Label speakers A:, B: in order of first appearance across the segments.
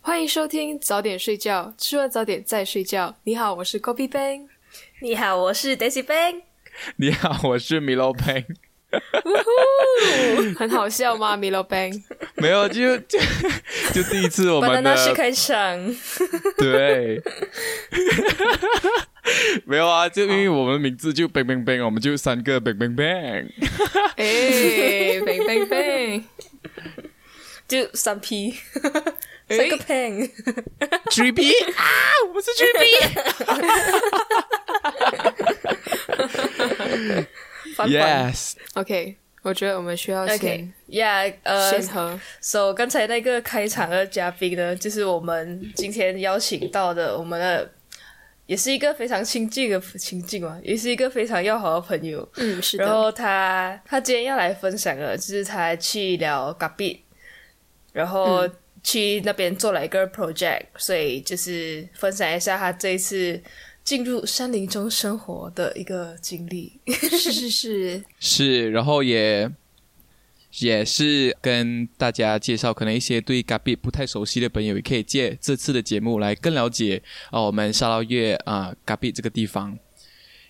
A: 欢迎收听早点睡觉，吃完早点再睡觉。你好，我是 Kobe Bang。
B: 你好，我是 Daisy Bang。
C: 你好，我是米洛佩。
A: 很好笑吗，Milo Bang？
C: 没有，就就就第一次我们
B: Banana 是
C: 的
B: 开场，
C: 对， 没有啊，就因为我们名字就 bang bang bang，我们就三个 bang bang bang。
A: 哎，Bang Bang Bang！
B: 就三 P，三个 Pang。
C: G B 啊，我是 G
B: 翻
C: B。
B: 版
C: Yes，
A: OK，我觉得我们需要先
B: OK，Yeah，呃
A: 先和
B: ，So 刚才那个开场的嘉宾呢，就是我们今天邀请到的，我们的也是一个非常亲近的亲近嘛，也是一个非常要好的朋友。
A: 嗯，是
B: 然
A: 的，
B: 后他他今天要来分享的，就是他去了嘎比，然后
A: 嗯
B: 去那边做了一个 project，、所以就是分享一下他这一次进入山林中生活的一个经历。
A: 是是是，
C: 是，然后也也是跟大家介绍，可能一些对 g a b i 不太熟悉的朋友，也可以借这次的节目来更了解啊、我们沙捞越啊、g a b i 这个地方。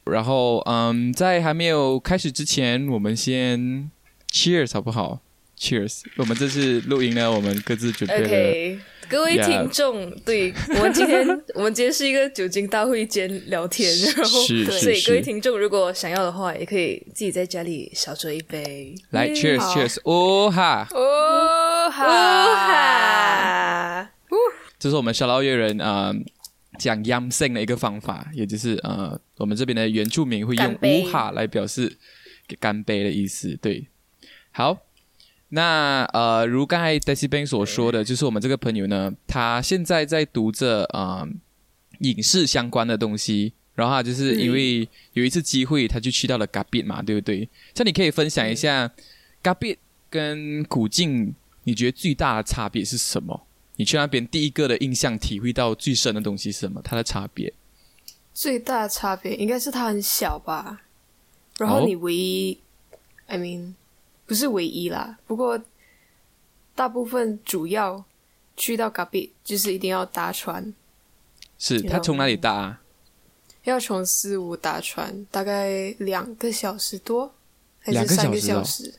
C: 然后，嗯，在还没有开始之前，我们先 Cheers 好不好？Cheers！我们这次录音呢，我们各自准备了
B: OK，各位
C: Yeah
B: 听众对我们今天我们今天是一个酒精大会间聊天，然后
C: 是
A: 对
C: 是
B: 所以各位
C: 是
B: 听众如果想要的话，也可以自己在家里小酌一杯。
C: 来 Cheers
A: 好
C: Cheers！哦哈！
A: 哦哈，
B: 哇
C: 这是我们小老越人啊、呃讲 yam s i n g 的一个方法，也就是呃，我们这边的原住民会用
B: 干杯
C: 乌哈来表示给干杯的意思。对，好，那呃，如刚才 Daisy Ben 所说的，就是我们这个朋友呢，他现在在读着啊、呃影视相关的东西。然后他就是因为有一次机会，他就去到了 g a b i 嘛，对不对？像你可以分享一下 g a b i 跟古晋，你觉得最大的差别是什么？你去那边第一个的印象，体会到最深的东西是什么？它的差别
A: 最大的差别应该是它很小吧，然后
C: 哦
A: 你唯一、i mean，不是唯一啦，不过大部分主要去到嘎比就是一定要搭船，
C: 是
A: 对啊
C: 它从哪里搭、啊？
A: 要从四五搭船，大概两个小时多，还
C: 两
A: 是
C: 个
A: 三个
C: 小
A: 小
C: 时
A: 时？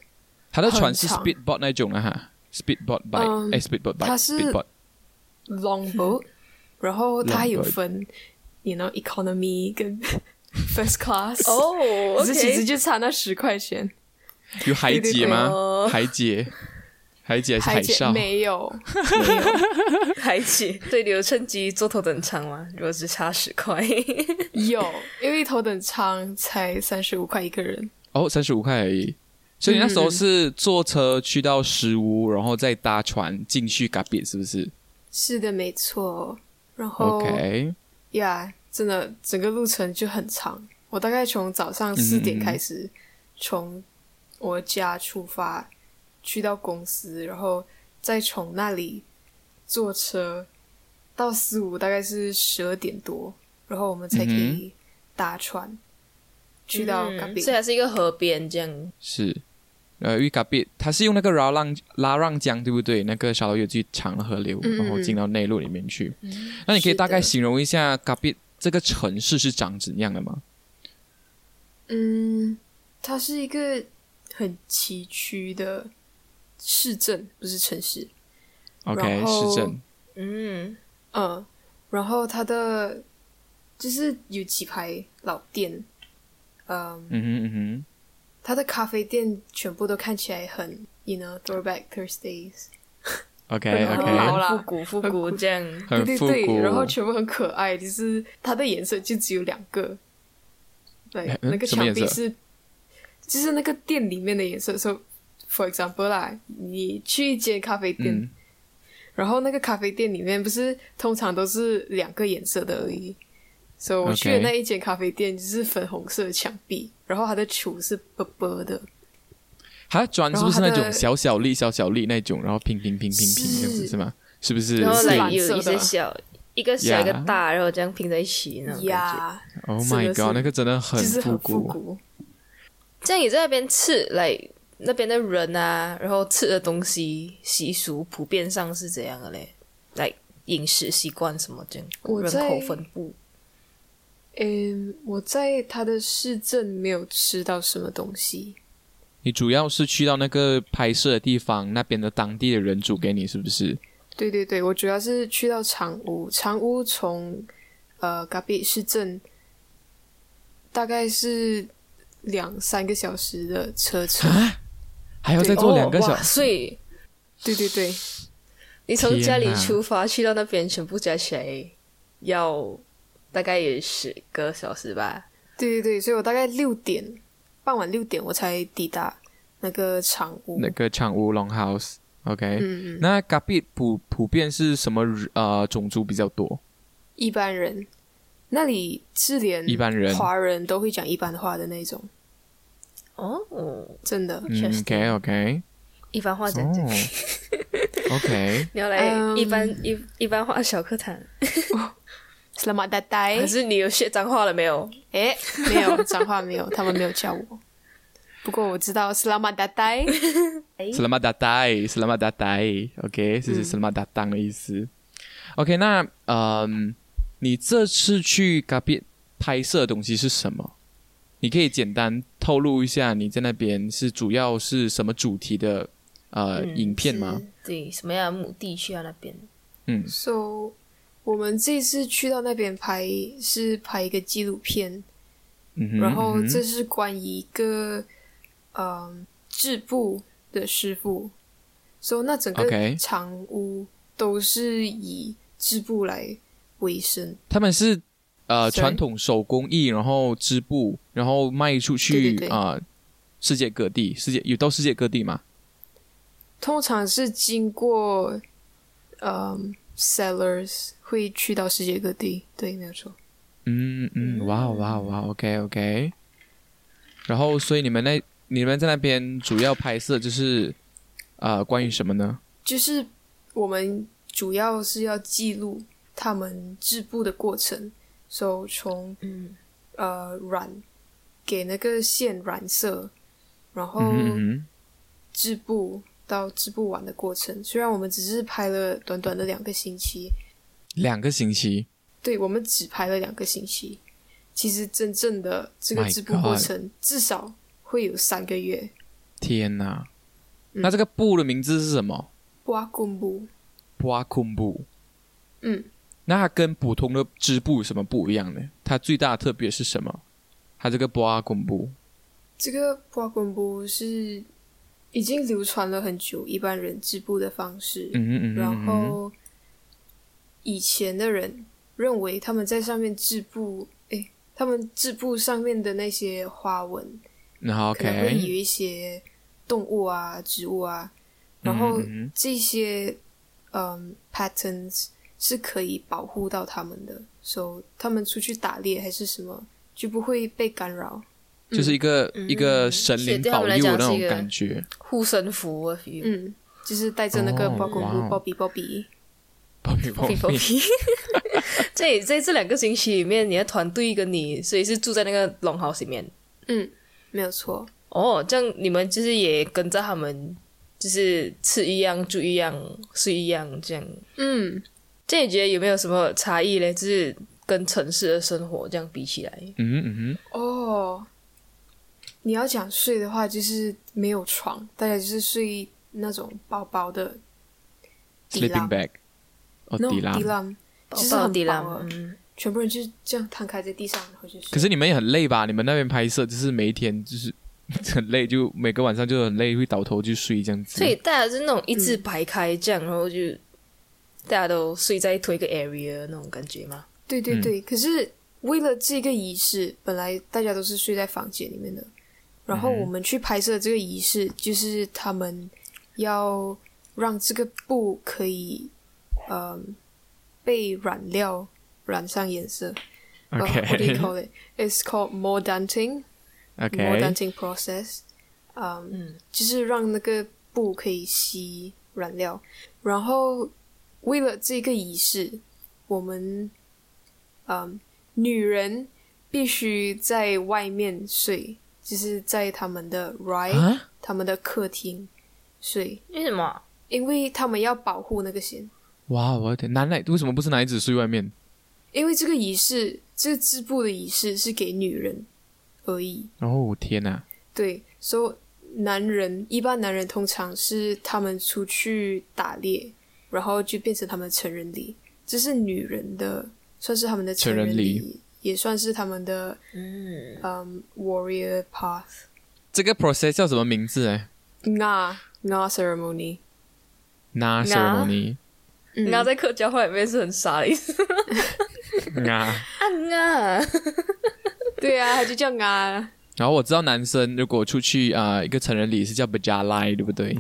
C: 它的船是
A: 很长
C: speedboat 那种啊哈，speedboat b
A: 嗯
C: i 哎 speedboat b
A: 它
C: i
A: 是
C: speedboat
A: longboat，然后它还有
C: Longboat
A: 分，you know economy 跟 first class，
B: 哦
A: 只是其实
B: ，OK，
A: 就差那十块钱。
C: 有海
A: 对
C: 姐
A: 对
C: 吗？
B: 哦
C: 海姐，海姐还是
A: 海
C: 海
A: 姐
C: 少？
A: 没有，
B: 海姐，对，你有趁机坐头等舱吗？如果只差十块，
A: 有，因为头等舱才三十五块一个人。
C: 哦，三十五块而已。所以你那时候是
A: 嗯
C: 坐车去到石屋，然后再搭船进去 g a b i 是不是
A: 是的，没错。然后
C: ？OK，
A: 呀真的整个路程就很长。我大概从早上四点开始，从我家出发，去到公司，然后再从那里坐车到四五，大概是十二点多，然后我们才可以搭船、去到嘎比。
B: 嗯所以还是一个河边这样。
C: 是。呃，因为 g a b i 它是用那个拉浪拉让江，对不对？那个小老越最长的河流，
A: 嗯嗯嗯
C: 然后进到内陆里面去。那你可以
B: 是
C: 大概
B: 的
C: 形容一下 g a b i 这个城市是长怎样的吗？
A: 嗯，它是一个很崎岖的市镇，不是城市。
C: OK，
A: 然后
C: 市政
B: 嗯，
A: 嗯，然后它的就是有几排老店，嗯，
C: 嗯哼嗯
A: 它的咖啡店全部都看起来很，you know throwback Thursdays，
C: 哼，OK
A: 然后
C: OK，
A: 老啦
B: 复古复古这样。
A: 对
C: 很
A: 对
C: 复古
A: 对，。然后全部很可爱，就是它的颜色就只有两个，对
C: 哎，
A: 那个
C: 什
A: 墙
C: 么颜色
A: 壁是，就是那个店里面的颜色。So for example 啦，你去一间咖啡店，
C: 嗯
A: 然后那个咖啡店里面不是通常都是两个颜色的而已，所、以我
C: OK
A: 去的那一间咖啡店就是粉红色的墙壁，然后它的厨是薄薄的，
C: 它的砖是不是
A: 然
C: 那
A: 后它的
C: 种小小粒、小小粒那种，然后拼拼拼拼拼
A: 是
C: 这样子是吗？是不是？
B: 然后
C: 对
B: 来
A: 蓝色
B: 有
A: 的
B: 一些小，一个小
C: Yeah
B: 一个大，然后这样拼在一起那种感觉。
A: 呀
C: Oh
A: 是
C: my
A: 的是
C: god，那个真的很
A: 就是
C: 复
A: 很复
C: 古。
A: 古。
B: 这样也在那边吃，来那边的人啊，然后吃的东西习俗普遍上是怎样的嘞？来饮食习惯什么这样，
A: 我
B: 人
A: 在
B: 口分布。
A: 嗯，我在他的市政没有吃到什么东西，
C: 你主要是去到那个拍摄的地方，那边的当地的人煮给你，是不是？
A: 对对对，我主要是去到长屋，长屋从呃嘎比市政大概是两三个小时的车程。
C: 啊还要再
A: 对
C: 坐两个
B: 哦
C: 小
B: 哇
C: 时，
B: 所以
A: 对对对，
B: 你从
C: 天
B: 家里
C: 哪
B: 出发去到那边，全部加起来要大概也十个小时吧。
A: 对对对，所以我大概六点，傍晚六点我才抵达那个长屋。
C: 那个长屋 long house。OK，、
A: 嗯嗯，
C: 那 g a b i 普普遍是什么呃种族比较多？
A: 一般人那里是连
C: 一般人
A: 华人都会讲一般话的那种，
B: 哦，
A: 真的。
C: 嗯
B: Interesting
C: ，OK OK，
B: 一般话讲讲，
C: 哦 ，OK，
B: 你要来
A: 嗯
B: 一般、一一般话小课堂，
A: Selamat d a t a
B: 可是你有学脏话了没有？
A: 诶，没有脏话，没有，他们没有叫我。不过我知道 Selamat d a t a
C: Selamat datang，Selamat datang，OK，、这
A: 嗯
C: 是 Selamat datang 的意思。OK，那嗯，你这次去 g a b i 拍摄的东西是什么？你可以简单透露一下你在那边是主要是什么主题的呃、
A: 嗯
C: 影片吗？
B: 是？对，什么样的目的去到那边？
C: 嗯
A: So，我们这次去到那边拍是拍一个纪录片，
C: 嗯哼，
A: 然后
C: 嗯哼
A: 这是关于一个嗯织布的师傅，所、以那整
C: OK
A: 个长屋都是以织布来为生。
C: 他们是呃
A: Sorry
C: 传统手工艺，然后织布，然后卖出去
A: 对对对
C: 啊、呃世界各地，世界有到世界各地嘛？
A: 通常是经过嗯 sellers 会去到世界各地，对，没有错。
C: 嗯嗯，哇哦哇哦哇，OK OK。然后，所以你们那你们在那边主要拍摄就是呃关于什么呢？
A: 就是我们主要是要记录他们织布的过程，所、以从
B: 嗯
A: 呃染给那个线染色，然后
C: 嗯哼嗯
A: 织布到织布完的过程。虽然我们只是拍了短短的两个星期，
C: 哼，两个星期，
A: 对我们只拍了两个星期，其实真正的这个
C: My
A: 织布过程至少会有三个月。
C: 天哪！
A: 嗯
C: 那这个布的名字是什么？
A: 挖公布，
C: 花昆布。
A: 嗯，
C: 那它跟普通的织布有什么不一样呢？它最大的特别是什么？它这个花昆布，
A: 这个挖公布是已经流传了很久一般人织布的方式。
C: 嗯哼嗯哼，嗯
A: 然
C: 哼
A: 后以前的人认为他们在上面织布，诶，他们织布上面的那些花纹
C: 然后
A: 可能会
C: OK，
A: 有一些动物啊、植物啊，
C: 嗯
A: 然后
C: 嗯嗯
A: 这些嗯 patterns 是可以保护到他们的，所、以他们出去打猎还是什么就不会被干扰。
C: 就是一个、一个神
B: 嗯所以
C: 灵
B: 对他
C: 保
B: 们来
C: 佑
B: 讲
C: 的那
B: 是
C: 种
B: 一个
C: 感觉。
B: 护身符啊，feel，
A: 嗯，就是带着那个
C: 哦
A: 包公
C: 哇
A: 布
C: 哦
A: 包比包比，
C: 保庇保
B: 皮包
C: 庇
B: 皮。在在 这两个星期里面，你的团队跟你，所以是住在那个 long house 里面。
A: 嗯，没有错。
B: 哦，这样你们就是也跟着他们，就是吃一样、住一样、睡一样这样。
A: 嗯，
B: 这样你觉得有没有什么差异嘞？就是跟城市的生活这样比起来，
C: 嗯嗯嗯。
A: 哦，你要讲睡的话，就是没有床，大家就是睡那种薄薄的底
C: sleeping
A: 浪
C: bag，哦，
A: ，no
C: 底拉。
A: 浪，就是
B: 到
A: 很
B: 底
A: 薄
B: 啦
A: 啊，
B: 嗯，
A: 全部人就是这样摊开在地上，然后就
C: 可
A: 睡。
C: 是你们也很累吧？你们那边拍摄就是每一天就是很累，就每个晚上就很累，会倒头去睡这样子
B: 所。以大家是那种一字排开这样，然后就大家都睡在同一个 area 那种感觉吗？
A: 对对对，可是为了这个仪式，本来大家都是睡在房间里面的，然后嗯我们去拍摄这个仪式，就是他们要让这个布可以，嗯、被染料染上颜色。Uh,
B: 哦
A: what do you
C: OK
A: call it? It's called more danting, more
C: OK，
A: danting process. 嗯、就是让那个布可以吸染料。然后为了这个仪式，我们嗯女人必须在外面睡，就是在他们的 right，、
C: 啊
A: 他们的客厅睡，
B: 为什么？
A: 因为他们要保护那个线。
C: 哇，我的天，男奶为什么不是奶子睡外面？
A: 因为这个仪式，这个织布的仪式是给女人而已。
C: 哦，天哪！
A: 对，所、以男人一般男人通常是他们出去打猎，然后就变成他们成人礼，这是女人的，算是他们的
C: 成人
A: 人
C: 礼
A: 也算是他们的嗯warrior path
C: 这个 process 叫什么名字？哎
A: 那那 ceremony。
C: ，na
B: 那
C: ceremony，
A: 嗯
B: 那、在客家话里面是很傻的意思。
C: 那。
B: 啊啊！
A: 对啊，他就叫啊，
C: 然后我知道男生如果出去啊、呃一个成人礼是叫 b a j a l a i 对不对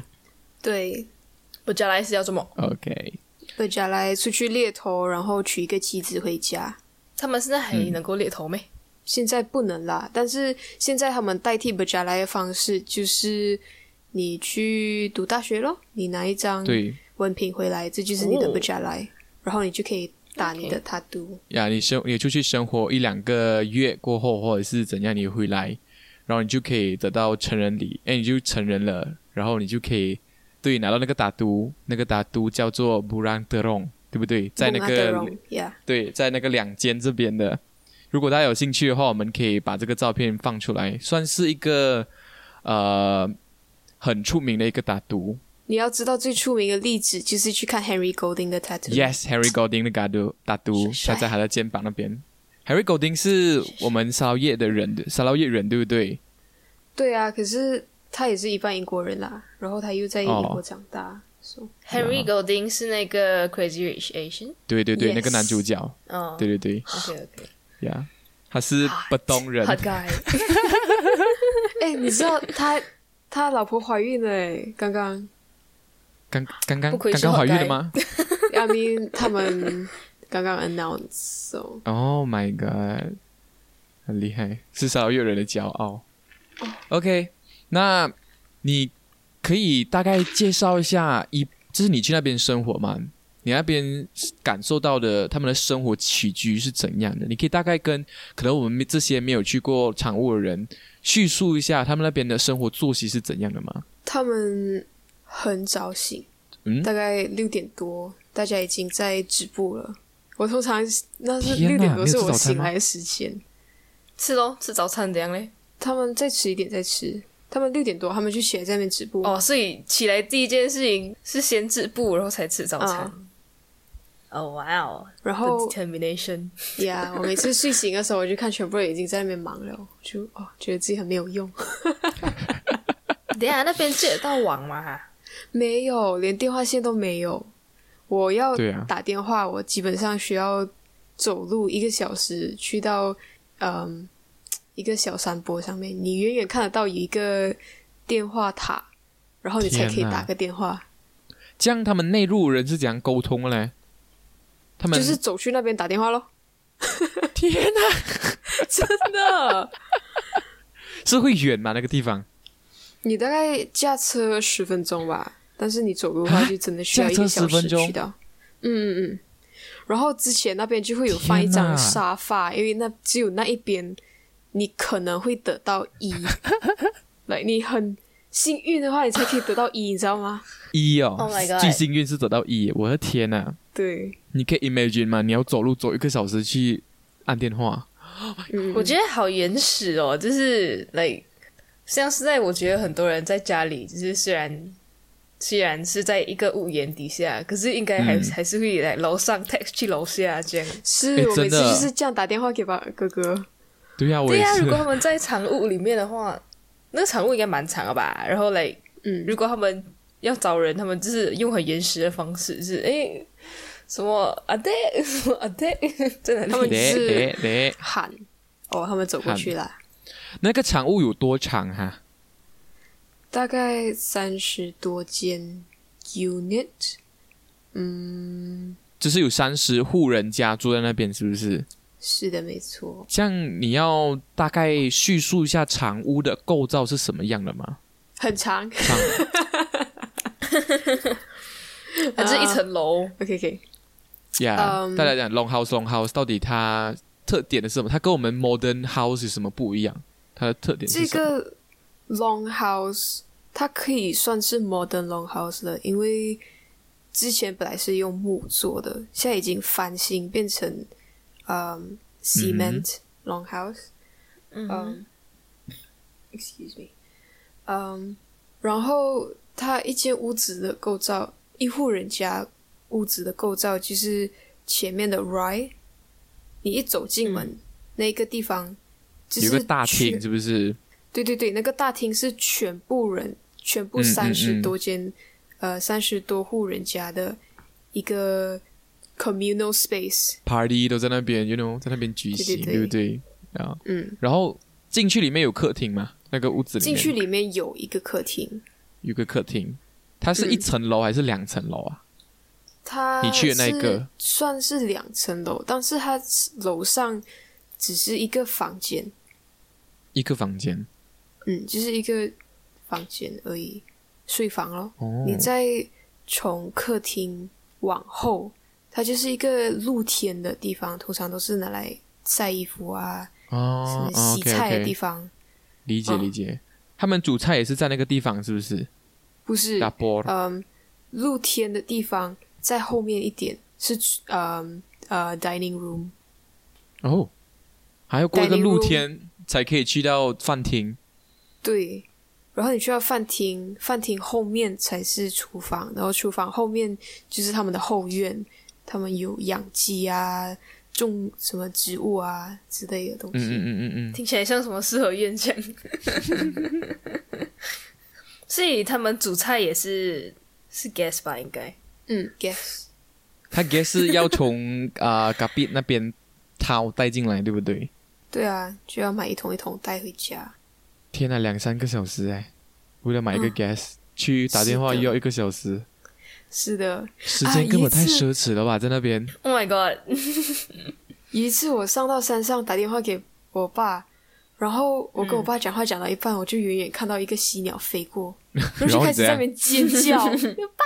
A: 对，
B: 我将来是要这么？
C: ？OK，
A: 大家来出去猎头，然后娶一个妻子回家。
B: 他们现在还能够猎头没？
A: 现在不能啦，但是现在他们代替伯加莱的方式就是你去读大学咯，你拿一张
C: 对
A: 文凭回来，这就是你的
B: 哦
A: 伯加莱，然后你就可以打你的他都。
C: 呀，你生你出去生活一两个月过后，或者是怎样，你回来，然后你就可以得到成人礼，哎，你就成人了，然后你就可以对拿到那个打都，那个打都叫做 b u r a n d e r o n 对不对？在那个
A: yeah，
C: 对，在那个两间这边的。如果大家有兴趣的话，我们可以把这个照片放出来，算是一个呃很出名的一个打赌。
A: 你要知道最出名的例子就是去看 Henry Golding 的 tattoo。
C: Yes，Harry Golding 的打赌，打赌，
A: 帅
C: 他在他的肩膀那边。Harry Golding 是我们烧业的人，烧烙业人对不对？
A: 对啊，可是他也是一半英国人啦，然后他又在英
C: 哦
A: 国长大，所以
B: Henry Golding 是那个 Crazy Rich Asian。
C: 对对对
A: Yes
C: 那个男主角，
B: 哦
C: 对对对
B: ，OK OK。
C: 呀他是不东人。
B: 好 guy，
A: 哎、你知道他他老婆怀孕了哎，刚刚
C: 刚刚刚
B: 不愧
C: 刚
B: 是
C: 刚怀孕了
B: 好
C: 吗
A: I mean 他们刚刚 announce so
C: ？Oh my god，很厉害，是烧业人的骄
A: 哦
C: 傲。OK，那你可以大概介绍一下一，就是你去那边生活嘛？你那边感受到的他们的生活起居是怎样的？你可以大概跟可能我们这些没有去过场务的人叙述一下他们那边的生活作息是怎样的吗？
A: 他们很早醒，
C: 嗯
A: 大概六点多，大家已经在止步了。我通常那是
C: 天哪
A: 六点多
C: 没有吃
A: 是我
C: 早餐
A: 醒
C: 吗
A: 来的时间，
B: 吃咯，吃早餐怎样嘞？
A: 他们再迟一点再吃。他们六点多，他们就起来在那边止步。
B: 哦，所以起来第一件事情是先织布，然后才吃早餐。嗯哦，哇哦
A: 然
B: ，the
A: 后
B: ，determination。
A: 呀，我每次睡醒的时候，我就看全部人已经在那边忙了，我就哦，觉得自己很没有用。
B: 等一下那边借得到网吗？
A: 没有，连电话线都没有。我要
C: 对啊
A: 打电话，我基本上需要走路一个小时去到嗯一个小山坡上面，你远远看得到有一个电话塔，然后你才可以
C: 天哪
A: 打个电话，
C: 这样他们内陆人是怎样沟通的嘞？他们
A: 就是走去那边打电话咯。
C: 天哪、
A: 真的，
C: 是会远吗？那个地方
A: 你大概驾车十分钟吧，但是你走路的话就真的需要一
C: 啊驾车
A: 个小
C: 10
A: 时
C: 分钟
A: 去到。嗯嗯嗯。然后之前那边就会有放一
C: 天哪
A: 张沙发，因为那只有那一边你可能会得到 一，来你很幸运的话，你才可以得到一，你知道吗？
C: 一哦
B: Oh my god
C: 最幸运是走到一，我的天哪、
A: 对，
C: 你可以 imagine 吗？你要走路走一个小时去按电话，
A: 嗯，
B: 我觉得好原始哦，就是 like 像是在我觉得很多人在家里，就是虽然虽然是在一个屋檐底下，可是应该还、
C: 嗯
B: 还是会来楼上 text 去楼下这样。
A: 是
C: 诶
A: 我每
C: 真
A: 次
C: 的
A: 就是这样打电话给吧哥哥。
C: 对呀、我
B: 对
C: 也
B: 呀、
C: 是
A: 啊
B: 如。 果他们在长屋里面的话，那个长屋应该蛮长的吧？然后来、like,
A: 嗯，
B: 如果他们要找人，他们就是用很原始的方式，就是诶什么啊对，什么啊对， 真的
A: 他们
C: 得
A: 是
C: 得得，
A: 喊哦，他们走过去啦，
C: 那个场务有多长啊哈、
A: 大概三十多间 unit。
C: 就是有三十户人家住在那边，是不是？
A: 是的，没错。
C: 这样你要大概叙述一下场屋的构造是什么样的吗？
A: 很长。
C: 场
B: 还
A: 啊
B: 是一层楼。
A: OK OK，
C: 呀，
A: 嗯
C: 大家讲 long house long house 到底它特点的是什么？它跟我们 modern house 有什么不一样？它的特点是
A: 这
C: 什么？
A: 个 long house 它可以算是 modern long house 了，因为之前本来是用木做的，现在已经翻新变成嗯 cement longhouse，
B: 嗯哼
A: 嗯，excuse me，嗯，然后它一间屋子的构造，一户人家屋子的构造就是前面的 rye，你一走进门、那个地方，就是
C: 嗯有个大
A: 全
C: 厅是不是？
A: 对对对，那个大厅是全部人，全部
C: 嗯嗯
A: 三十
C: 嗯
A: 多间，呃，三十多户人家的一个 communal space。
C: party 都在那边，you know，在那边举行，
A: 对
C: 对
A: 对
C: 不对？啊，
A: 嗯，
C: 然后进去里面有客厅嘛，那个屋子里
A: 进
C: 面
A: 去里面有一个客厅，
C: 有个客厅，它是一层楼还是两层楼啊？
A: 它
C: 你去的那
A: 是
C: 个
A: 算是两层楼，但是它楼上只是一个房间，
C: 一个房间
A: 嗯，就是一个房间而已，睡房咯。
C: 哦，
A: 你再从客厅往后，它就是一个露天的地方，通常都是拿来晒衣服啊、什
C: 哦
A: 么洗
C: OK，OK
A: 菜的地方。
C: 理解
A: 嗯
C: 理解。他们煮菜也是在那个地方，是不是？
A: 不是，
C: 大波
A: 嗯，露天的地方在后面一点是嗯呃 dining room，
C: 哦，还要过一个
A: Dining
C: 露
A: room
C: 天才可以去到饭厅。
A: 对。然后你去到饭厅，饭厅后面才是厨房，然后厨房后面就是他们的后院，他们有养鸡啊、种什么植物啊之类的东西。
C: 嗯嗯嗯嗯嗯，
B: 听起来像什么四合院 这样。所以他们煮菜也是是 gas 吧，应该。
A: 嗯，guess。
C: 他 guess 是要从 啊隔壁那边掏带进来，对不对？
A: 对啊，就要买一桶一桶带回家。
C: 天呐，两三个小时哎，为了买一个
A: 嗯
C: gas、去打电话
A: 是的
C: 又要一个小时，
A: 是的，
C: 时
A: 啊
C: 间根本太
A: 一次
C: 奢侈了吧，在那边。
B: Oh my god！
A: 有一次我上到山上打电话给我爸，然后我
C: 嗯
A: 跟我爸讲话讲到一半，我就远远看到一个犀鸟飞 过，然后就
C: 然后
A: 开
C: 你
A: 始
C: 怎
A: 在
C: 样
A: 那边尖 叫。爸，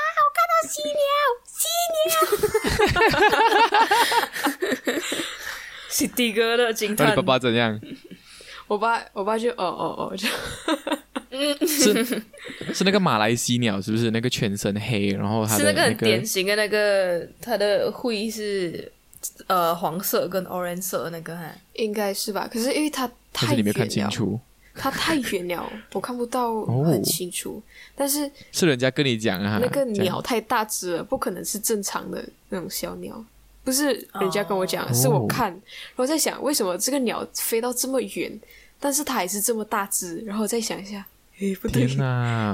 A: 我看到犀鸟，
B: 是迪哥的惊
C: 那
B: 叹。
C: 你爸爸怎 样？
A: 我爸我爸就哦哦哦，就是
C: 是那个马来犀鸟，是不是？那个全身黑，然后它
B: 是
C: 的
B: 那个
C: 那
B: 很典
C: 个
B: 型的那个，它的会是呃黄色跟 orange 色的那个哈。
A: 应该是吧？可是因为它
C: 但
A: 太
C: 是你
A: 远
C: 没
A: 了，
C: 有看清楚，哦
A: 它太远了，我看不到很清楚。但是
C: 是人家跟你讲啊，
A: 那个
C: 这样
A: 鸟太大只了，不可能是正常的那种小鸟，不是人家跟我讲
B: 哦
A: 是我看，然后在想为什么这个鸟飞到这么远，但是它还是这么大只，然后我再想一下，诶，不对，
C: 天
A: 只
C: 呐！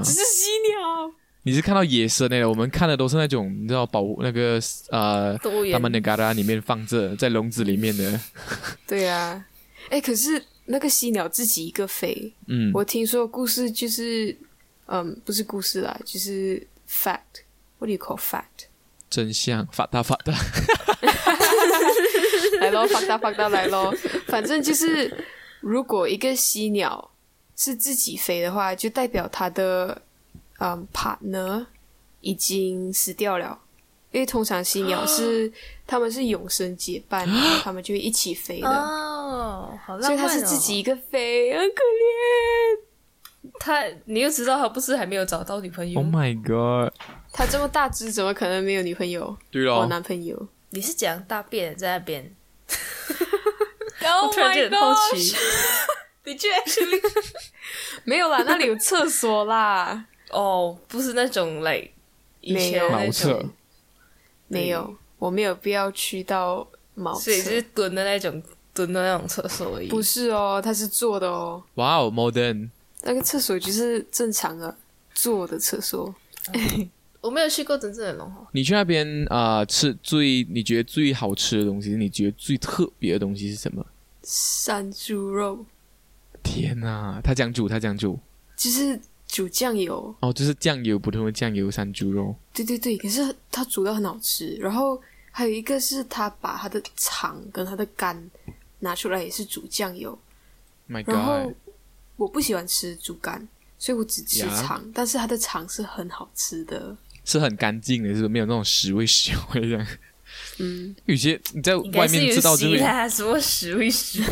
A: 是犀鸟，
C: 你是看到野生的，我们看的都是那种你知道保护那个呃，
B: 多远
C: 他？们的嘎达里面放着，在笼子里面的，
A: 对啊，诶，可是那个犀鸟自己一个飞，
C: 嗯，
A: 我听说故事就是，嗯，不是故事啦，就是 fact，what do you call fact？
C: 真相发达发达，
A: 哎 来咯，放大放大来咯。反正就是，如果一个犀鸟是自己飞的话，就代表它的嗯 partner 已经死掉了，因为通常犀鸟
B: 啊
A: 是它们是永生结 伴，它们就会一起飞的，
B: 哦，好
A: 所以
B: 浪漫、哦、
A: 它是自己一个飞，很可怜。
B: 他，你又知道他不是还没有找到女朋友
C: Oh my god！
A: 它这么大只，怎么可能没有女朋友？
C: 对
A: 我
C: 咯，
A: 男朋友。
B: 你是讲大便在那 边？
A: 我
B: 我突然
A: Oh
B: 间很好奇，Oh
A: 你居然没有啦，那里有厕所 啦，
B: 哦，不是那种 like 以
A: 没
B: 前
A: 有
B: 那
C: 茅
B: 种，
C: 厕
A: 没有，我没有必要去到茅
B: 所以就
A: 厕
B: 是蹲的那种蹲的那种厕所而已。
A: 不是哦，它是坐的哦。
C: 哇哦，modern，
A: 那个厕所就是正常的坐的厕所，
B: 我没有去过真正的龙华，
C: 你去那边啊、呃吃最你觉得最好吃的东西，你觉得最特别的东西是什么？
A: 山猪肉
C: 天呐，他讲煮，他讲煮，
A: 就是煮酱油，
C: 哦，就是酱油，普通的酱油山猪肉，
A: 对对对，可是它煮的很好吃。然后还有一个是它把它的肠跟它的肝拿出来也是煮酱油，
C: My
A: 然后
C: God，
A: 我不喜欢吃猪肝，所以我只吃
C: 呀
A: 肠但是它的肠是很好吃的。
C: 是很干净的，是不是没有那种屎味屎味这样？
A: 嗯，
C: 有些你在
B: 应
C: 外
B: 该是
C: 面
B: 有
C: 吃到就
B: 洗
C: 会
B: 啦，什么屎会屎？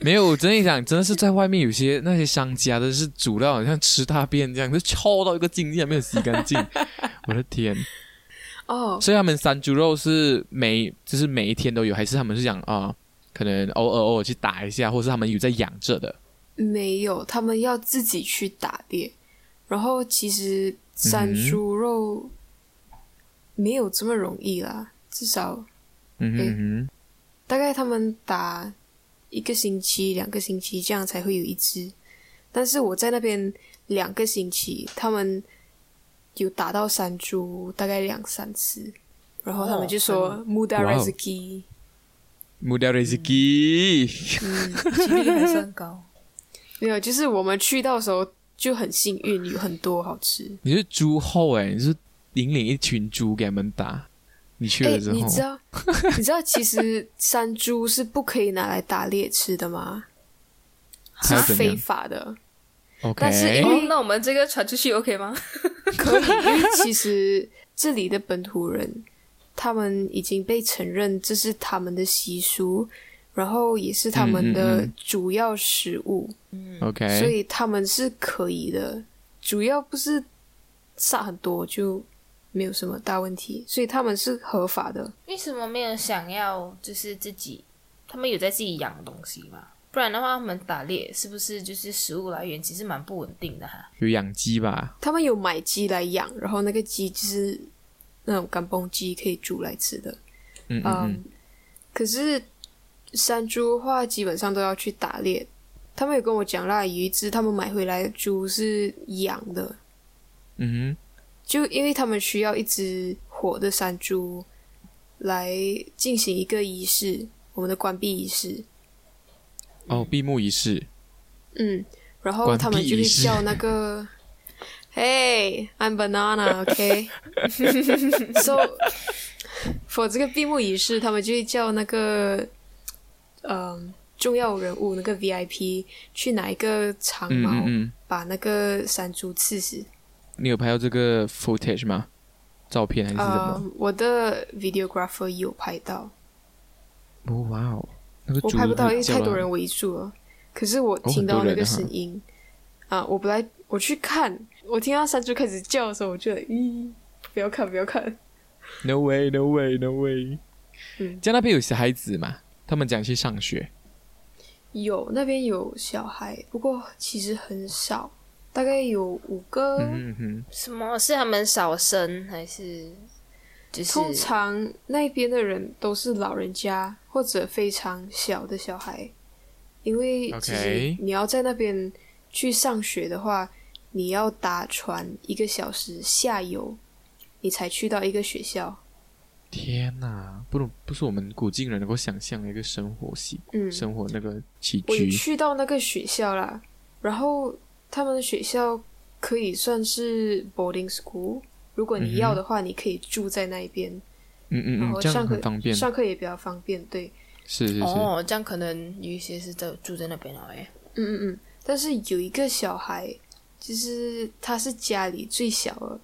C: 没有，我真的讲，真的是在外面有些那些商家都是煮 到好像吃大便这样，就臭到一个境界，没有洗干净。我的天，
A: 哦，
C: 所以他们三猪肉是每就是每一天都有，还是他们是讲啊、呃可能偶尔偶尔去打一下，或是他们有在养着的？
A: 没有，他们要自己去打猎。然后其实
C: 嗯
A: 山
C: 哼
A: 猪肉没有这么容易啦，至少
C: 嗯哼
A: 对
C: 嗯哼，
A: 大概他们打一个星期、两个星期这样才会有一只。但是我在那边两个星期，他们有打到山猪大概两三次，然后他们就说
B: 哦
A: “muda
C: 哇哦
A: rezeki”，
C: 木雕瑞斯基，
A: 嗯
B: 几率还算 高。
A: 没有，就是我们去到时候就很幸运，有很多好吃。
C: 你是猪后哎、你是引领一群猪给他们打，你去
A: 哎、
C: 了之后
A: 你，知道，你知道其实山猪是不可以拿来打猎吃的吗？是
C: 还要怎
A: 非
C: 样
A: 法的。
C: ？OK，
A: 但是因为
B: 哦，那我们这个传出去 OK 吗？
A: 可以，因为其实这里的本土人，他们已经被承认这是他们的习俗，然后也是他们
C: 嗯嗯哎
A: 的
C: 嗯
A: 主要食物，
C: OK，
A: 所以他们是可以的。主要不是杀很多就没有什么大问题，所以他们是合法的。
D: 为什么没有想要就是自己？他们有在自己养东西吗？不然的话，他们打猎是不是就是食物来源其实蛮不稳定的哈？
C: 有养鸡吧？
A: 他们有买鸡来养，然后那个鸡就是那种干崩鸡，可以煮来吃的。
C: 嗯嗯
A: 嗯
C: 嗯，，
A: 可是山猪的话基本上都要去打猎。他们有跟我讲啦，有一只他们买回来的猪是养的，
C: 嗯
A: 就因为他们需要一只活的山猪来进行一个仪式，我们的关闭仪式。
C: 哼，哦，闭幕仪式，
A: 嗯，然后
C: 关
A: 他们
C: 闭
A: 就
C: 仪
A: 会
C: 式
A: 叫那个 “Hey，I'm banana”，OK？、so for 这个闭幕仪式，他们就会叫那个嗯重要人物那个 VIP 去拿一个长
C: 嗯
A: 矛、
C: 嗯嗯，
A: 把那个山猪刺死。
C: 你有拍到这个 footage 吗？照片还是什
A: 呃
C: 么？，
A: 我的 videographer 有拍到，
C: 哦哇哦，那
A: 呃
C: 个
A: 我
C: 猪
A: 拍不到，因为
C: 叫
A: 太多
C: 了
A: 人围住了。可是我
C: 很
A: 听到
C: 多
A: 那
C: 人
A: 个
C: 啊
A: 声音、啊，我本来我去看，我听到山猪开始叫的时候，我就咦，不要看，不要看。
C: No way, no way, no way。
A: 嗯
C: 在那边有小孩子嘛，他们讲去上学。
A: 有那边有小孩，不过其实很少，大概有五个。
C: 嗯哼，
D: 什么是他们少生还是就是
A: 通常那边的人都是老人家或者非常小的小孩，因为
C: OK
A: 其实你要在那边去上学的话，你要搭船一个小时下游，你才去到一个学校。
C: 天哪，不能不是我们古晋人能够想象的一个生活习、
A: 嗯，
C: 生活那个起
A: 我有
C: 居。
A: 去到那个学校啦，然后他们的学校可以算是 boarding school，如果
C: 嗯哼
A: 你要的话，你可以住在那一边，
C: 嗯嗯
A: 然
C: 嗯，
A: 后
C: 这样
A: 哦上课
C: 很方便。
A: 上课也比较方便，对。
C: 是是是，
B: 哦，这样可能有一些是在住在那边了哎。
A: 嗯嗯嗯，但是有一个小孩，就是他是家里最小的，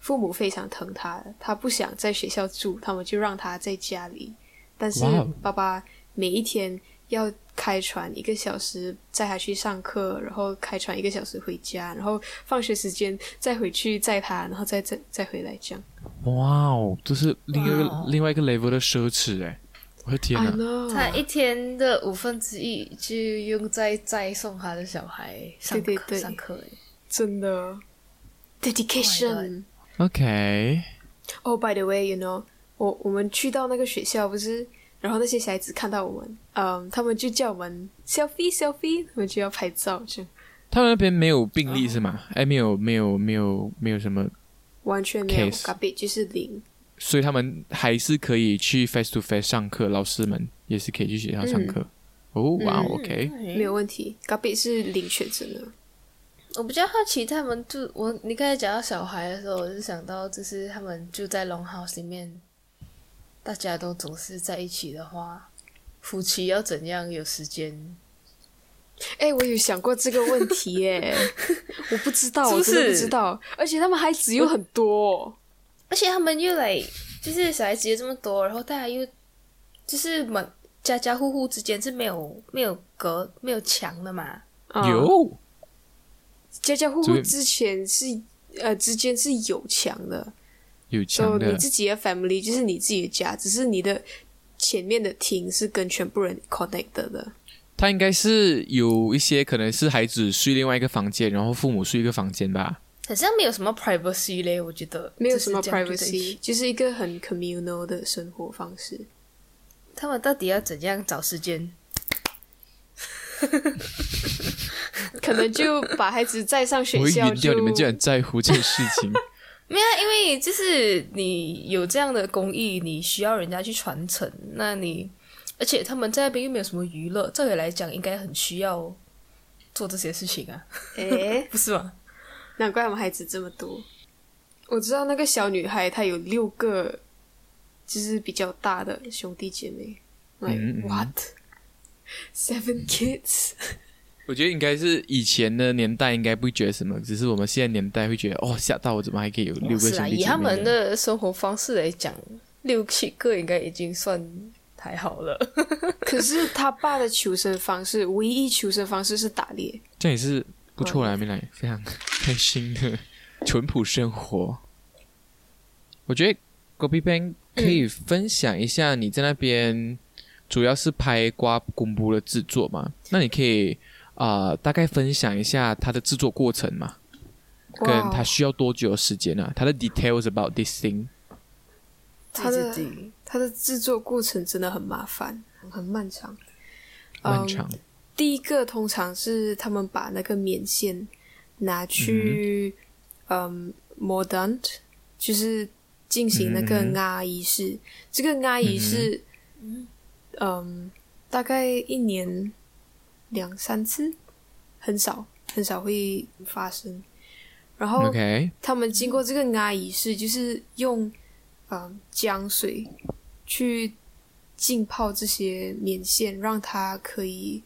A: 父母非常疼他，他不想在学校住，他们就让他在家里。但是
C: 哇哦
A: 爸爸每一天要开船一个小时载他去上课，然后开船一个小时回家，然后放学时间再回去载他，然后再再再回来这样。
C: 哇哦，这是另一个、
B: 哇哦
C: 另外一个 level 的奢侈哎、我的天
A: I
C: 哪，
A: know，
B: 他一天的五分之一就用在载送他的小孩上课
A: 对对对
B: 上课哎。
A: 真的 dedication。
C: OK，
A: 哦、b y the way，you know，我我们去到那个学校不是，然后那些小孩子看到我们，嗯，他们就叫我们 selfie selfie，他们就要拍照，就
C: 他们那边没有病例是吗？哎、没有没有没有没有什么，
A: 完全没有
C: Case
A: garbage，就是零。
C: 所以他们还是可以去 face to face 上课，老师们也是可以去学校上课。
B: 嗯
C: 哦，哇、哦 o k
A: 没有问题，garbage 是零确诊的。
B: 我比较好奇他们住我，你刚才讲到小孩的时候，我就想到就是他们住在 long house 里面，大家都总是在一起的话，夫妻要怎样有时间？
A: 哎，我有想过这个问题 耶，我不知道，
B: 是不是
A: 我真的不知道，而且他们孩子又很多，
B: 而且他们又来，就是小孩子又这么多，然后大家又就是满家家户户之间是没有没有隔没有墙的嘛。
A: 啊
B: 哦
C: 有
A: 家家户
C: 这
A: 户
C: 边
A: 之前是呃之间是有墙的，
C: 有
A: 就
C: 强
B: 哦
A: 你
C: 的
A: 自己的 family 就是你自己的家，只是你的前面的厅是跟全部人 connect 的。
C: 他应该是有一些可能是孩子睡另外一个房间，然后父母睡一个房间吧。
D: 好像没有什么 privacy 嘞，我觉得
A: 没有什么
D: 就是这样住在一起
A: privacy，就是一个很 communal 的生活方式。
D: 他们到底要怎样找时间？
A: 可能就把孩子载上学
C: 我会
A: 校
C: 晕
A: 就，
C: 掉，你们竟然在乎这件事 情。
D: 没有啊，因为就是你有这样的工艺，你需要人家去传承。那你，而且他们在那边又没有什么娱乐，照理来讲应该很需要做这些事情啊，
A: 诶，
D: 不是吗？
A: 难怪我们孩子这么多。我知道那个小女孩她有六个，就是比较大的兄弟姐妹。Like
C: 嗯嗯嗯
A: what? Seven kids？
C: 我觉得应该是以前的年代应该不会觉得什么，只是我们现在年代会觉得哦吓到我，怎么还可以有六个兄弟
B: 是
C: 姐
B: 啊，
C: 妹？
B: 以他们的生活方式来讲，六七个应该已经算还好了。
A: 可是他爸的求生方式，唯一求生方式是打猎。
C: 这样也是不错啦，明来非常开心 的淳朴生活。嗯我觉得 Gobi Bang 可以分享一下你在那边主要是拍瓜公布的制作嘛？那你可以啊、呃大概分享一下它的制作过程嘛？跟
A: 哇
C: 它需要多久的时间啊？它的 details about this thing
A: 他的
B: 对对对
A: 他的制作过程真的很麻烦，很漫长。
C: 漫长。
A: 第一个通常是他们把那个棉线拿去，嗯 m o d e r n 就是进行那个
C: 嗯哼
A: 拉仪式。这个拉仪式，嗯，大概一年两三次，很少很少会发生。然后
C: OK，
A: 他们经过这个阿仪式，就是用呃浆水去浸泡这些棉线，让它可以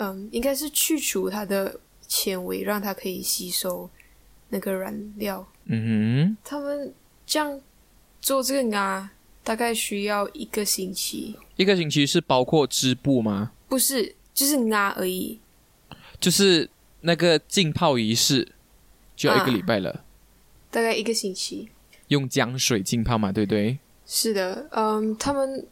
A: 嗯、应该是去除它的纤维，让它可以吸收那个燃料。
C: 嗯
A: 他们这样做这个阿大概需要一个星期，
C: 哼，一个星期是包括织布吗？
A: 不是就是阿而已。
C: 就是那个浸泡仪式就要一个礼拜了。
A: 大概一个星期，
C: 用浆水浸泡嘛，对不对？
A: 是的，嗯，他们，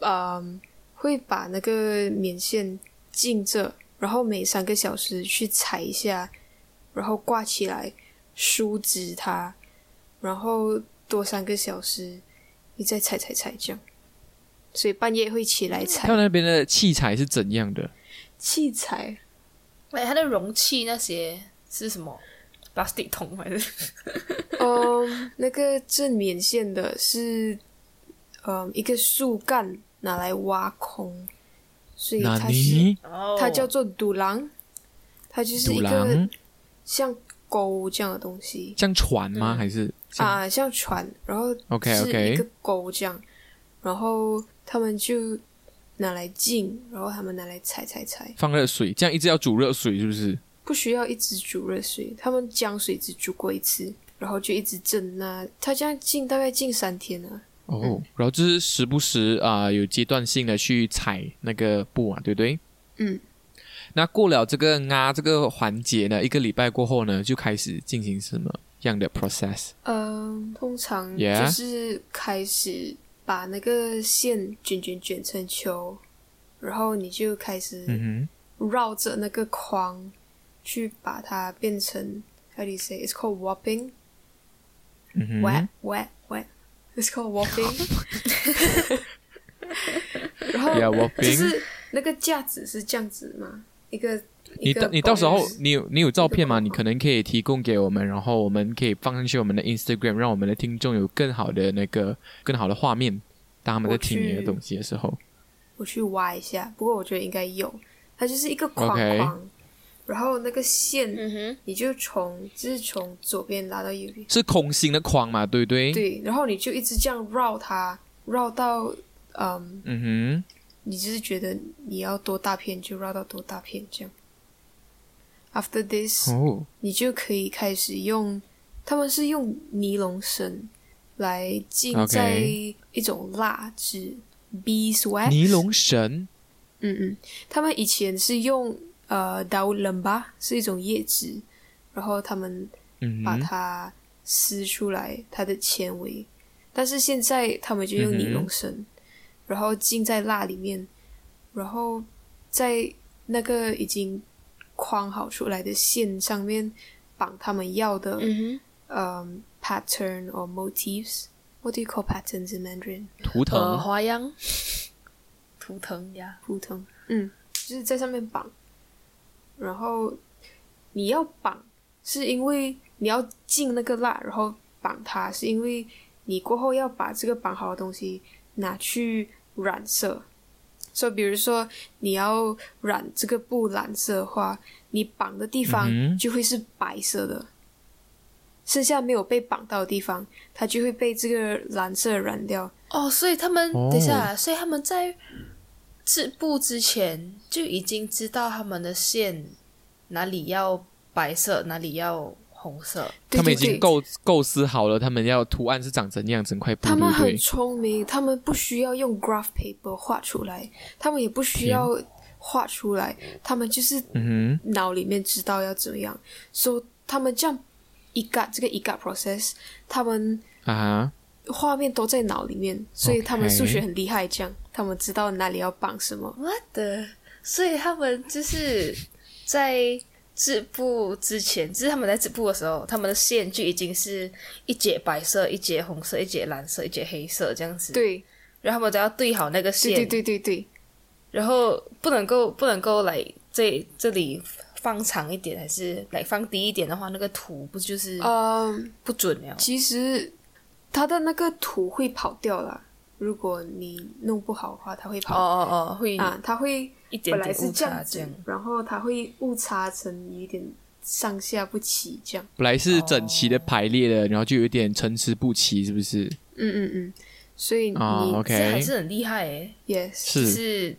A: 嗯，会把那个棉线浸着，然后每三个小时去踩一下，然后挂起来梳直它，然后多三个小时，你再踩踩踩这样。所以半夜会起来
C: 他
A: 踩
C: 们那边的器材是怎样的？
A: 器材，
D: 买哎它的容器那些是什么？plastic 桶还是？
A: 嗯，那个正棉线的是，嗯，一个树干拿来挖空，所以
C: 纳
A: 它是。
C: 尼
D: 哦
A: 它叫做独狼，它就是
C: 独
A: 一个
C: 狼
A: 像钩这样的东西
C: 像船吗？还是像
A: 啊，像船，然后
C: OK
A: 是一
C: OK
A: 个钩这样，然后他们就拿来浸，然后他们拿来踩踩踩，
C: 放热水？这样一直要煮热水是不是？
A: 不需要一直煮热水，他们浆水只煮过一次，然后就一直蒸啊，它这样浸大概浸三天啊，
C: 哦，然后就是时不时啊、有阶段性的去踩那个布啊嘛，对不对？
A: 嗯。
C: 那过了这个啊这个环节呢，一个礼拜过后呢，就开始进行什么样的 process？
A: 嗯，通常
C: Yeah
A: 就是开始把那个线卷卷卷成球，然后你就开始
C: 嗯
A: 绕着那个框去把它变成 how do you say it's called warping
C: 哼，嗯哼
A: web web web it's called warping，然后
C: Yeah, warping
A: 就是那个架子是这样子嘛，一个
C: 你
A: 一个
C: 到你到时候
A: box
C: 你有你有照片吗？
A: 一个
C: 你可能可以提供给我们，然后我们可以放上去我们的 Instagram，让我们的听众有更好的那个更好的画面。当他们在听你的东西的时候，
A: 我去挖一下，不过我觉得应该有，它就是一个框
C: OK
A: 框然后那个线、
B: 嗯哼。
A: 你就从就是从左边拉到右边，
C: 是空心的框嘛，对不对？
A: 对，然后你就一直这样绕它，绕到嗯，
C: 嗯
A: 你就是觉得你要多大片就绕到多大片这样。After this，、
C: 哼，哦，
A: 你就可以开始用，他们是用尼龙绳来浸
C: OK
A: 在一种蜡质 beeswax，
C: 尼龙绳
A: 嗯嗯，他们以前是用呃 d a u l e m b a 是一种叶子，然后他们
C: 嗯
A: 把
C: 哼，
A: 它撕出来它的纤维，但是现在他们就用尼龙绳，然后浸在蜡里面，然后在那个已经框好出来的线上面绑他们要的
B: 嗯
A: 嗯 pattern or motifs。What do you call patterns in Mandarin？
C: 图
B: 哼，呃，
C: 腾
B: 花样，图腾呀，
A: 普通，嗯，就是在上面绑。然后你要绑，是因为你要进那个蜡，然后绑它，是因为你过后要把这个绑好的东西拿去染色。所以，比如说你要染这个布蓝色的话，你绑的地方
C: 嗯哼
A: 就会是白色的，剩下没有被绑到的地方，它就会被这个蓝色染掉。
B: 哦，所以他们、
C: 哦
B: 等一下，所以他们在织布之前就已经知道他们的线哪里要白色，哪里要红色。
A: 对
C: 他
A: 对
C: 们已经
A: 对
C: 构构思好了，他们要图案是长怎样，整块布，
A: 他
C: 对
A: 们
C: 不
A: 很
C: 对？
A: 聪明，他们不需要用 graph paper 画出来，他们也不需要画出来，他们就是
C: 嗯
A: 脑里面知道要怎么样，所、以他们这样一 got 这个一 got process，他们
C: 哼啊
A: 画面都在脑里面，所以他们
C: OK
A: 数学很厉害，这样他们知道哪里要绑什么。
B: What the？所以他们就是在织布之前，就是他们在织布的时候，他们的线就已经是一节白色、一节红色、一节蓝色、一节黑色这样子。，
A: 对
B: 然后他们都要对好那个线，
A: 对对对对对，
B: 然后不能够不能够来这这里放长一点，还是来放低一点的话，那个图不就是
A: 嗯、
B: 不准了？
A: 其实它的那个图会跑掉啦，如果你弄不好的话，它会
B: 哦
A: 跑、
B: 哦哦，会
A: 啊，它会。
B: 一点
A: 本来
B: 点
A: 是
B: 误
A: 这
B: 差
A: 样
B: 这
A: 子
B: 样。，
A: 然后它会误差成有一点上下不齐这样。
C: 本来是整齐
A: 哦
C: 的排列的，然后就有点参差不齐，是不是？
A: 嗯嗯嗯，所以你、
C: 啊
B: 这还
C: ，OK，
B: 是很厉害诶，
A: yes
B: 就是是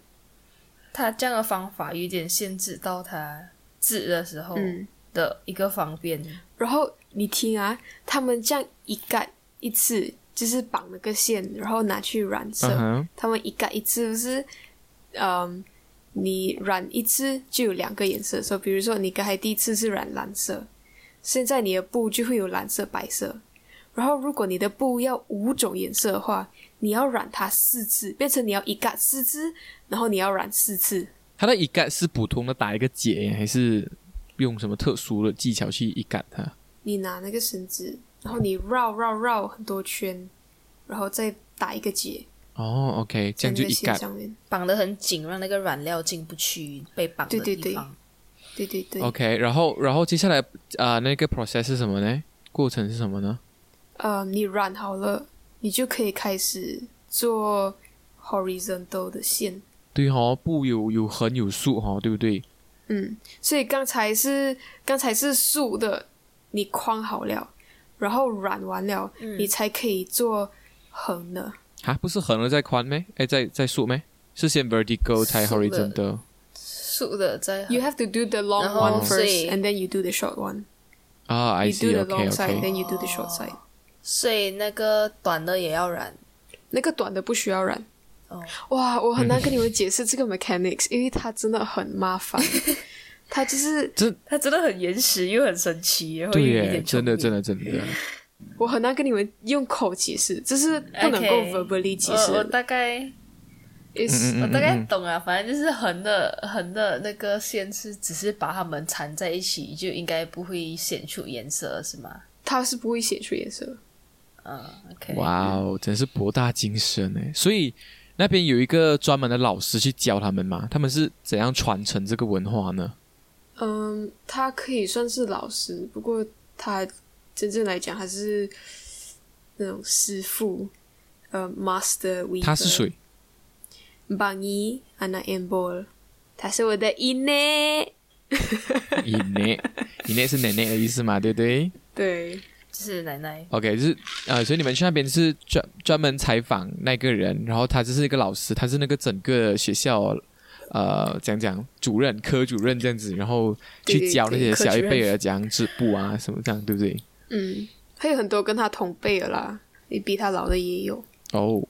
B: 他这样的方法有点限制到他治的时候
A: 嗯，
B: 的一个方便。
A: 然后你听啊，他们这样一盖一次就是绑那个线，然后拿去染色。
C: 嗯哼，
A: 他们一盖一次就是，嗯，你染一次就有两个颜色，所以比如说你刚才第一次是染蓝色，现在你的布就会有蓝色、白色。然后如果你的布要五种颜色的话，你要染它四次，变成你要一盖四次，然后你要染四次。
C: 它的一杆是普通的打一个结，还是用什么特殊的技巧去一杆它？
A: 你拿那个绳子，然后你绕绕绕很多圈，然后再打一个结，
C: 哦，OK，这
A: 在
C: 样
A: 那
C: 就
A: 个
C: 一
A: 线
C: 杆。
A: 上面。
B: 绑得很紧，让那个染料进不去被绑的地方。
A: 对对对对对对。
C: OK，然后然后接下来啊、呃那个 process 是什么呢？过程是什么呢？
A: 呃，你染好了，你就可以开始做 horizontal 的线。
C: 对哦，布有有横有竖哦，对不对？
A: 嗯，所以刚才是刚才是竖的，你框好了，然后染完了，你才可以做横的。
C: 啊，不是横了再宽咩？哎，再再竖咩？是先 vertical 才
B: 竖了
C: horizontal。
B: 竖的在
A: You have to do the long
B: 然后
A: one
B: 所
A: first,
B: 以
A: and then you do the short one.
C: 啊、i
A: You do
C: see。
A: the
C: OK
A: long side,
C: OK。
A: then you do the short side.
B: 所以那个短的也要染。
A: 那个短的不需要染。
B: 哦
A: 哇，我很难跟你们解释这个 mechanics，因为它真的很麻 烦。它就是
B: 它真的很原始又很神奇，然后又
C: 对
B: 有一
C: 耶，
B: 点
C: 真的真
B: 的。
C: 的真的。
A: 我很难跟你们用口解释，就是不能够
B: 嗯 OK，哦
A: verbally 解释
B: 我我。大概
D: 嗯
C: 嗯
A: It's-
B: 我大概懂了，反正就是横的横的那个线是只是把它们缠在一起，就应该不会显出颜色是吗？
A: 它是不会写出颜色。
B: 嗯，OK。
C: 哇哦，真是博大精深哎！所以那边有一个专门的老师去教他们嘛，他们是怎样传承这个文化呢？
A: 嗯，他可以算是老师，不过他真正来讲还是那种师傅，呃，master weaver。
C: 他是谁？
A: ？Bangi Anna a n Ball，他是我的姨内。
C: 以 内，以内是奶奶的意思嘛，对不对
A: 对，
B: 就是奶奶，
C: ？OK，就是呃，所以你们去那边是专专门采访那个人，然后他就是一个老师，他是那个整个学校呃讲讲主任、科主任这样子，然后
A: 对
C: 去
A: 对
C: 教那些
A: 对科
C: 小一
A: 主任
C: 辈的讲织布啊什么这样，对不对？
A: 嗯，还有很多跟他同辈的啦，也比他老的也有。
C: 哦，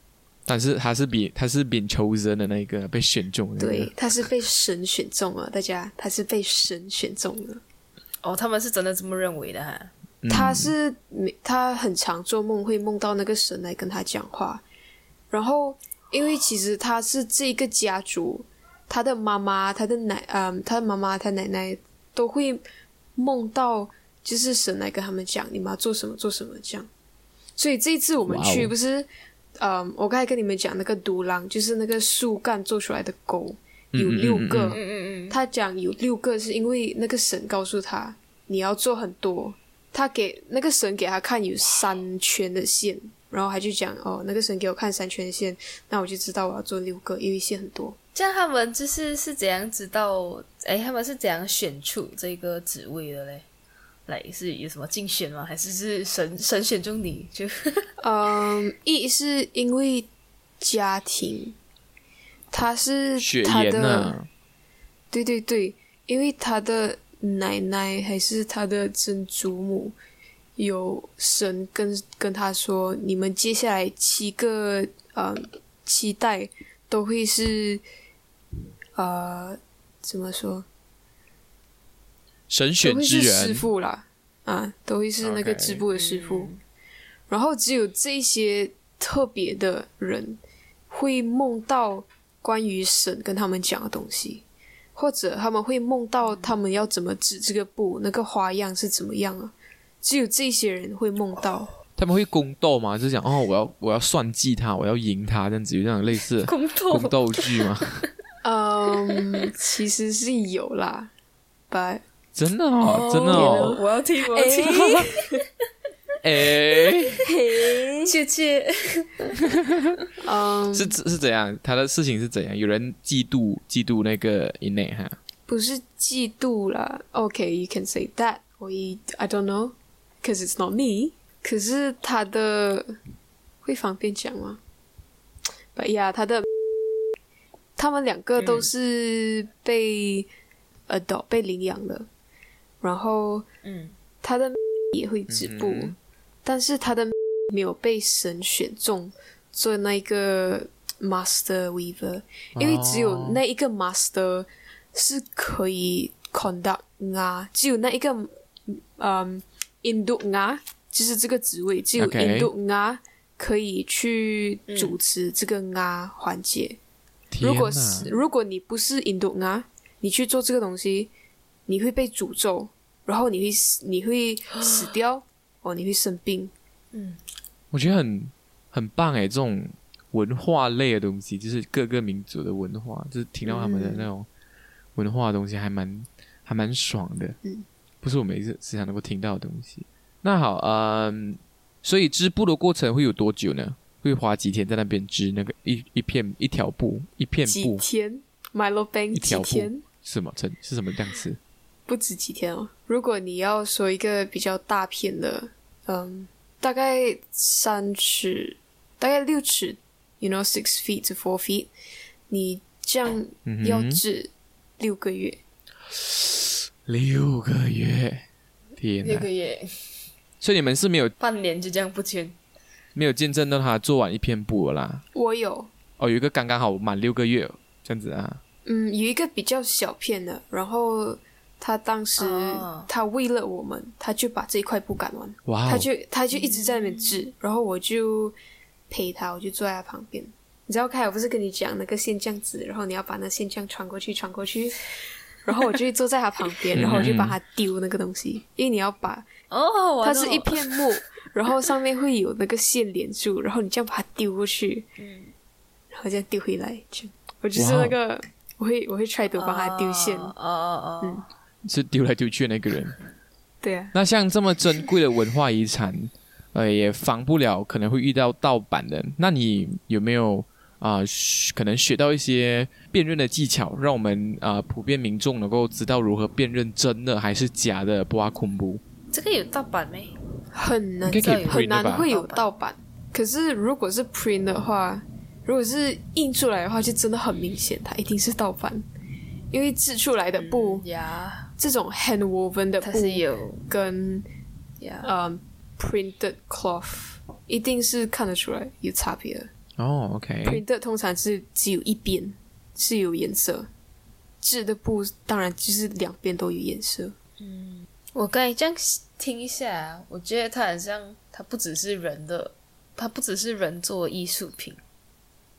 C: 但是他是比他是比 chosen 的那个被选中的那个，
A: 对，他是被神选中了，大家，他是被神选中了。
B: 哦，他们是真的这么认为的哈。
C: 嗯
A: 他是每他很常做梦会梦到那个神来跟他讲话，然后因为其实他是这个家族，他的妈妈、他的奶嗯，他的妈妈、他奶奶都会梦到，就是神来跟他们讲你们要做什么做什么这样。所以这一次我们
C: 哇
A: 去
C: 哦
A: 不是，嗯，我刚才跟你们讲那个独狼，就是那个树干做出来的钩，有六个，
C: 嗯嗯嗯
A: 他讲有六个是因为那个神告诉他你要做很多，他给那个神给他看有三圈的线，然后他就讲哦，那个神给我看三圈的线，那我就知道我要做六个，因为线很多。
D: 这样他们就是是怎样知道？哎，他们是怎样选出这个职位的嘞？来是有什么竞选吗？还是是神神选中你就？
A: 嗯，一是因为家庭，他是
C: 血
A: 他
C: 缘啊
A: 的
C: 呢？
A: 对对对，因为他的奶奶还是他的曾祖母，有神跟跟他说，你们接下来七个呃七代都会是呃怎么说，
C: 神
A: 都
C: 选
A: 会
C: 之
A: 是师
C: 人，
A: 傅啦，啊，都会是那个
C: OK 嗯
A: 织布的师傅。然后只有这些特别的人会梦到关于神跟他们讲的东西，或者他们会梦到他们要怎么织这个布，那个花样是怎么样啊？只有这些人会梦到。
C: 他们会宫斗嘛？就是讲哦，我要我要算计他，我要赢他，这样子有这样类似的
D: 工
C: 宫
D: 作
C: 斗剧 吗？哦
A: 嗯，其实是有啦，白
C: 真的哦，真的哦，
B: 我要听，我要听，
C: 哎，
D: 切切，
A: 嗯，
C: 是是怎样？他的事情是怎样？有人嫉妒嫉妒那个 i n 哈？
A: 不是嫉妒啦。OK，you、can say that。我一 I don't know，cause it's not me。可是他的会方便讲吗？But yeah，他的他们两个都是被 adult 被领养的，然后
D: 嗯，
A: 他的也会止步，
C: 嗯哼
A: 但是他的没有被神选中做那个 master weaver，因为只有
C: 哦
A: 那一个 master 是可以 conduct 啊，只有那一个嗯 induct 啊，就是这个职位只有
C: OK
A: induct 啊可以去主持这个啊环节。
C: 天
A: 如果
C: 哪
A: 是如果你不是印度啊，你去做这个东西，你会被诅咒，然后你会死，你会死 掉，哦，你会生病。
C: 我觉得很很棒哎，这种文化类的东西，就是各个民族的文化，就是听到他们的那种文化的东西，还蛮还蛮爽的。
A: 嗯，
C: 不是我每一次时常能够听到的东西。那好，嗯，所以织布的过程会有多久呢？会花几天在那边织那个一一片一条布一片
A: 几
C: 布
A: 天，Milo Bank
C: 一
A: 几
C: 条布
A: 天，
C: 是什么成是什么样子？
A: 不止几天哦。如果你要说一个比较大片的，嗯，大概三尺，大概六尺，you know six feet to four feet，你这样
C: 嗯哼
A: 要治六个月。
C: 六个月，天
D: 六
C: 哪！
D: 个月
C: 所以你们是没有
D: 半年就这样不见，
C: 没有见证到他做完一片布的啦。
A: 我有，
C: 哦，有一个刚刚好满六个月这样子啊。
A: 嗯，有一个比较小片的，然后他当时、
D: 哦
A: 他为了我们，他就把这一块布赶完，
C: 哇、哦，
A: 他就他就一直在那边治，然后我就陪他，我就坐在他旁边。你知道，凯，我不是跟你讲那个线这样子，然后你要把那线这样穿过去，穿过去，然后我就坐在他旁 边，然后我就帮
C: 嗯
A: 他丢那个东西，因为你要把
D: 哦，我
A: 它
D: 懂
A: 是一片 木，然后上面会有那个线连住，然后你这样把它丢过去，
D: 嗯
A: 然后这样丢回来，这样。我就是
C: 哇哦
A: 那个，我会我会 try to 帮他丢线，嗯
D: 哦哦哦，
C: 是丢来丢去的那个人。
A: 对啊，
C: 那像这么珍贵的文化遗产，呃，也防不了可能会遇到盗版的。那你有没有啊、学可能学到一些辨认的技巧，让我们啊、普遍民众能够知道如何辨认真的还是假的布阿昆布？
D: 这个有盗版没？
A: 很难
C: 应该可以
A: 很
C: print 的
A: 难
C: 吧
A: 会有盗版。可是如果是 print 的话，如果是印出来的话，就真的很明显，它一定是盗版，因为制出来的布，
D: 呀，
A: 这种 hand woven 的
D: 嗯它
A: 布
D: 是有
A: 跟
D: 呀，
A: 嗯、printed cloth 一定是看得出来有差别的。
C: 哦，OK、o
B: 嗯
C: k
A: printed 通常是只有一边是有颜色，制的布当然就是两边都有颜色。
B: 我刚才这样听一下，我觉得它很像，它不只是人的，它不只是人做的艺术品，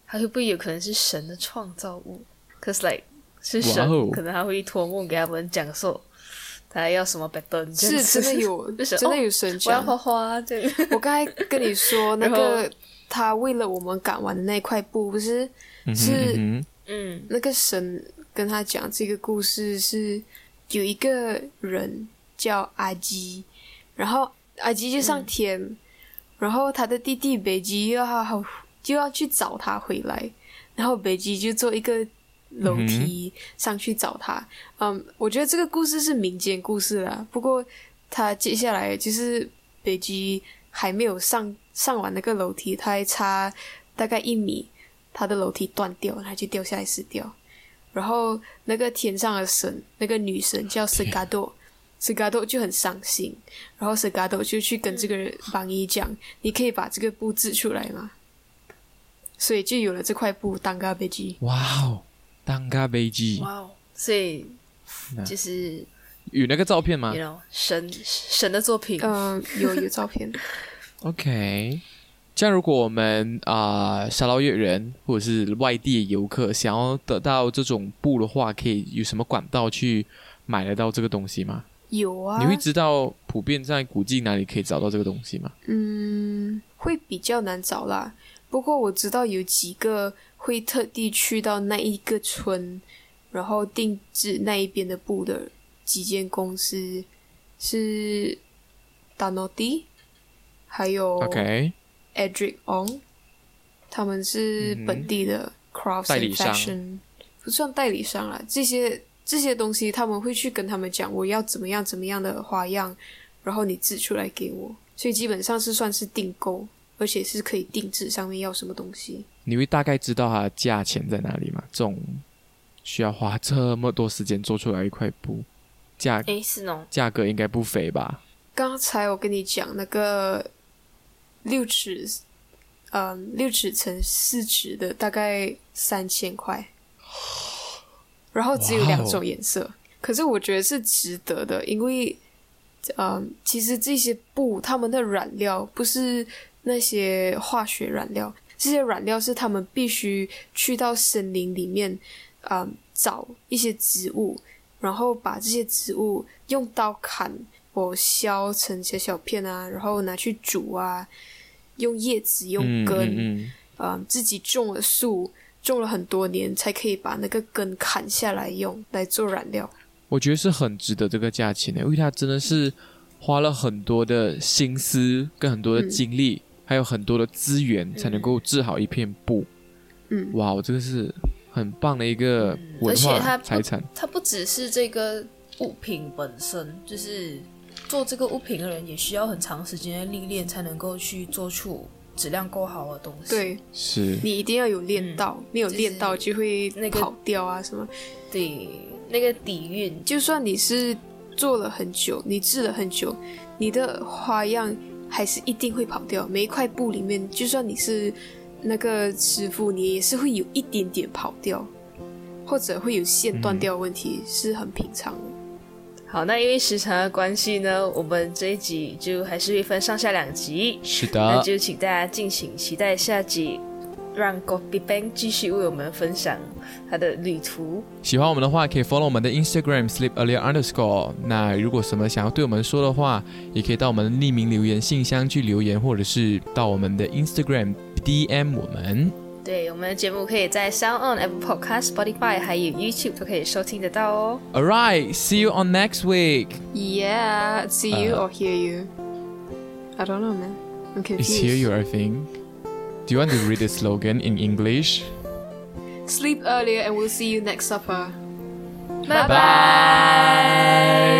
B: 它会不会有可能是神的创造物？Cause like 是神
C: 哇哦
B: 可能他会托梦给他们讲说，他要什么 pattern，这样
A: 是
B: 子
A: 真的有，
B: 就是哦
A: 真的有神
B: 我要
A: 讲。
B: 画画这样。
A: 我刚才跟你说那
B: 然后
A: 个他为了我们赶完的那块布，不是是
E: 嗯
B: 嗯
A: 那个神跟他讲这个故事是有一个人叫阿基，然后阿基就上天，然后他的弟弟北极又要就要去找他回来，然后北极就坐一个楼梯上去找他。嗯，我觉得这个故事是民间故事啦，不过他接下来就是北极还没有上上完那个楼梯，他还差大概一米，他的楼梯断掉，他就掉下来死掉。然后那个天上的神，那个女神叫 s e g a d o s e g a d o 就很伤心，然后 s e g a d o 就去跟这个人邦一讲：“你可以把这个布制出来吗？”所以就有了这块布当咖啡机。
C: 哇哦，当咖啡机
B: 哇哦，所以
C: 那
B: 就是
C: 有那个照片吗
B: you know 神神的作品，
A: 嗯、有 有照片，
C: ？OK，这样如果我们啊、沙捞越人或者是外地游客想要得到这种布的话，可以有什么管道去买得到这个东西吗？
A: 有啊
C: 你，会知道普遍在古迹哪里可以找到这个东西吗？
A: 嗯，会比较难找啦。不过我知道有几个会特地去到那一个村，然后定制那一边的布的几间公司是达诺迪，还有
C: OK，
A: Edric On，他们是本地的 crafts
C: 嗯代理
A: and
C: 商
A: fashion，不算代理商啦。这些这些东西他们会去跟他们讲，我要怎么样怎么样的花样，然后你制出来给我。所以基本上是算是订购，而且是可以定制上面要什么东西。
C: 你会大概知道它的价钱在哪里吗？这种需要花这么多时间做出来一块布，价
B: 诶，是哦喏，
C: 价格应该不菲吧？
A: 刚才我跟你讲那个六尺，嗯，六尺乘四尺的大概三千块，然后只有两种颜色，可是我觉得是值得的，因为，嗯，其实这些布他们的染料不是那些化学染料，这些染料是他们必须去到森林里面，嗯，找一些植物，然后把这些植物用刀砍，我削成小小片啊，然后拿去煮啊，用叶子、用
C: 嗯
A: 根，
C: 嗯嗯，
A: 嗯，自己种了树，种了很多年，才可以把那个根砍下来用来做染料。
C: 我觉得是很值得这个价钱的，因为它真的是花了很多的心思、跟很多的
B: 嗯
C: 精力，还有很多的资源，才能够制好一片布。
A: 嗯，
C: 哇，这个是很棒的一个文
B: 而且
C: 化
B: 它不
C: 财产。
B: 它不只是这个物品本身，就是做这个物品的人也需要很长时间的历练，才能够去做出质量够好的东西。
A: 对
C: 是
A: 你一定要有练到，没有练到就会
B: 那个
A: 跑掉啊什么。
B: 对，那个底蕴
A: 就算你是做了很久，你制了很久，你的花样还是一定会跑掉。每一块布里面，就算你是那个师傅，你也是会有一点点跑掉，或者会有线断掉的问题，是很平常的。
B: 好，那因为时长的关系呢，我们这一集就还是会分上下两集，
C: 是
B: 那
C: 的，
B: 就请大家敬请期待下集，让 g o b i Bang 继续为我们分享他的旅途。
C: 喜欢我们的话，可以 follow 我们的 Instagram sleep earlier underscore。那如果什么想要对我们说的话，也可以到我们的匿名留言信箱去留言，或者是到我们的 Instagram DM 我们。
B: 对，我们的节目可以在 Sound On、Apple Podcast、Spotify 还有 YouTube 都可以收听得到哦。
C: Alright, see you on next week.
A: Yeah, see you
C: Uh,
A: or hear you. I don't know, man. I'm
C: Is
A: confused.
C: here your thing? Do you want to read the slogan in English?
A: Sleep earlier and we'll see you next supper.
C: Bye.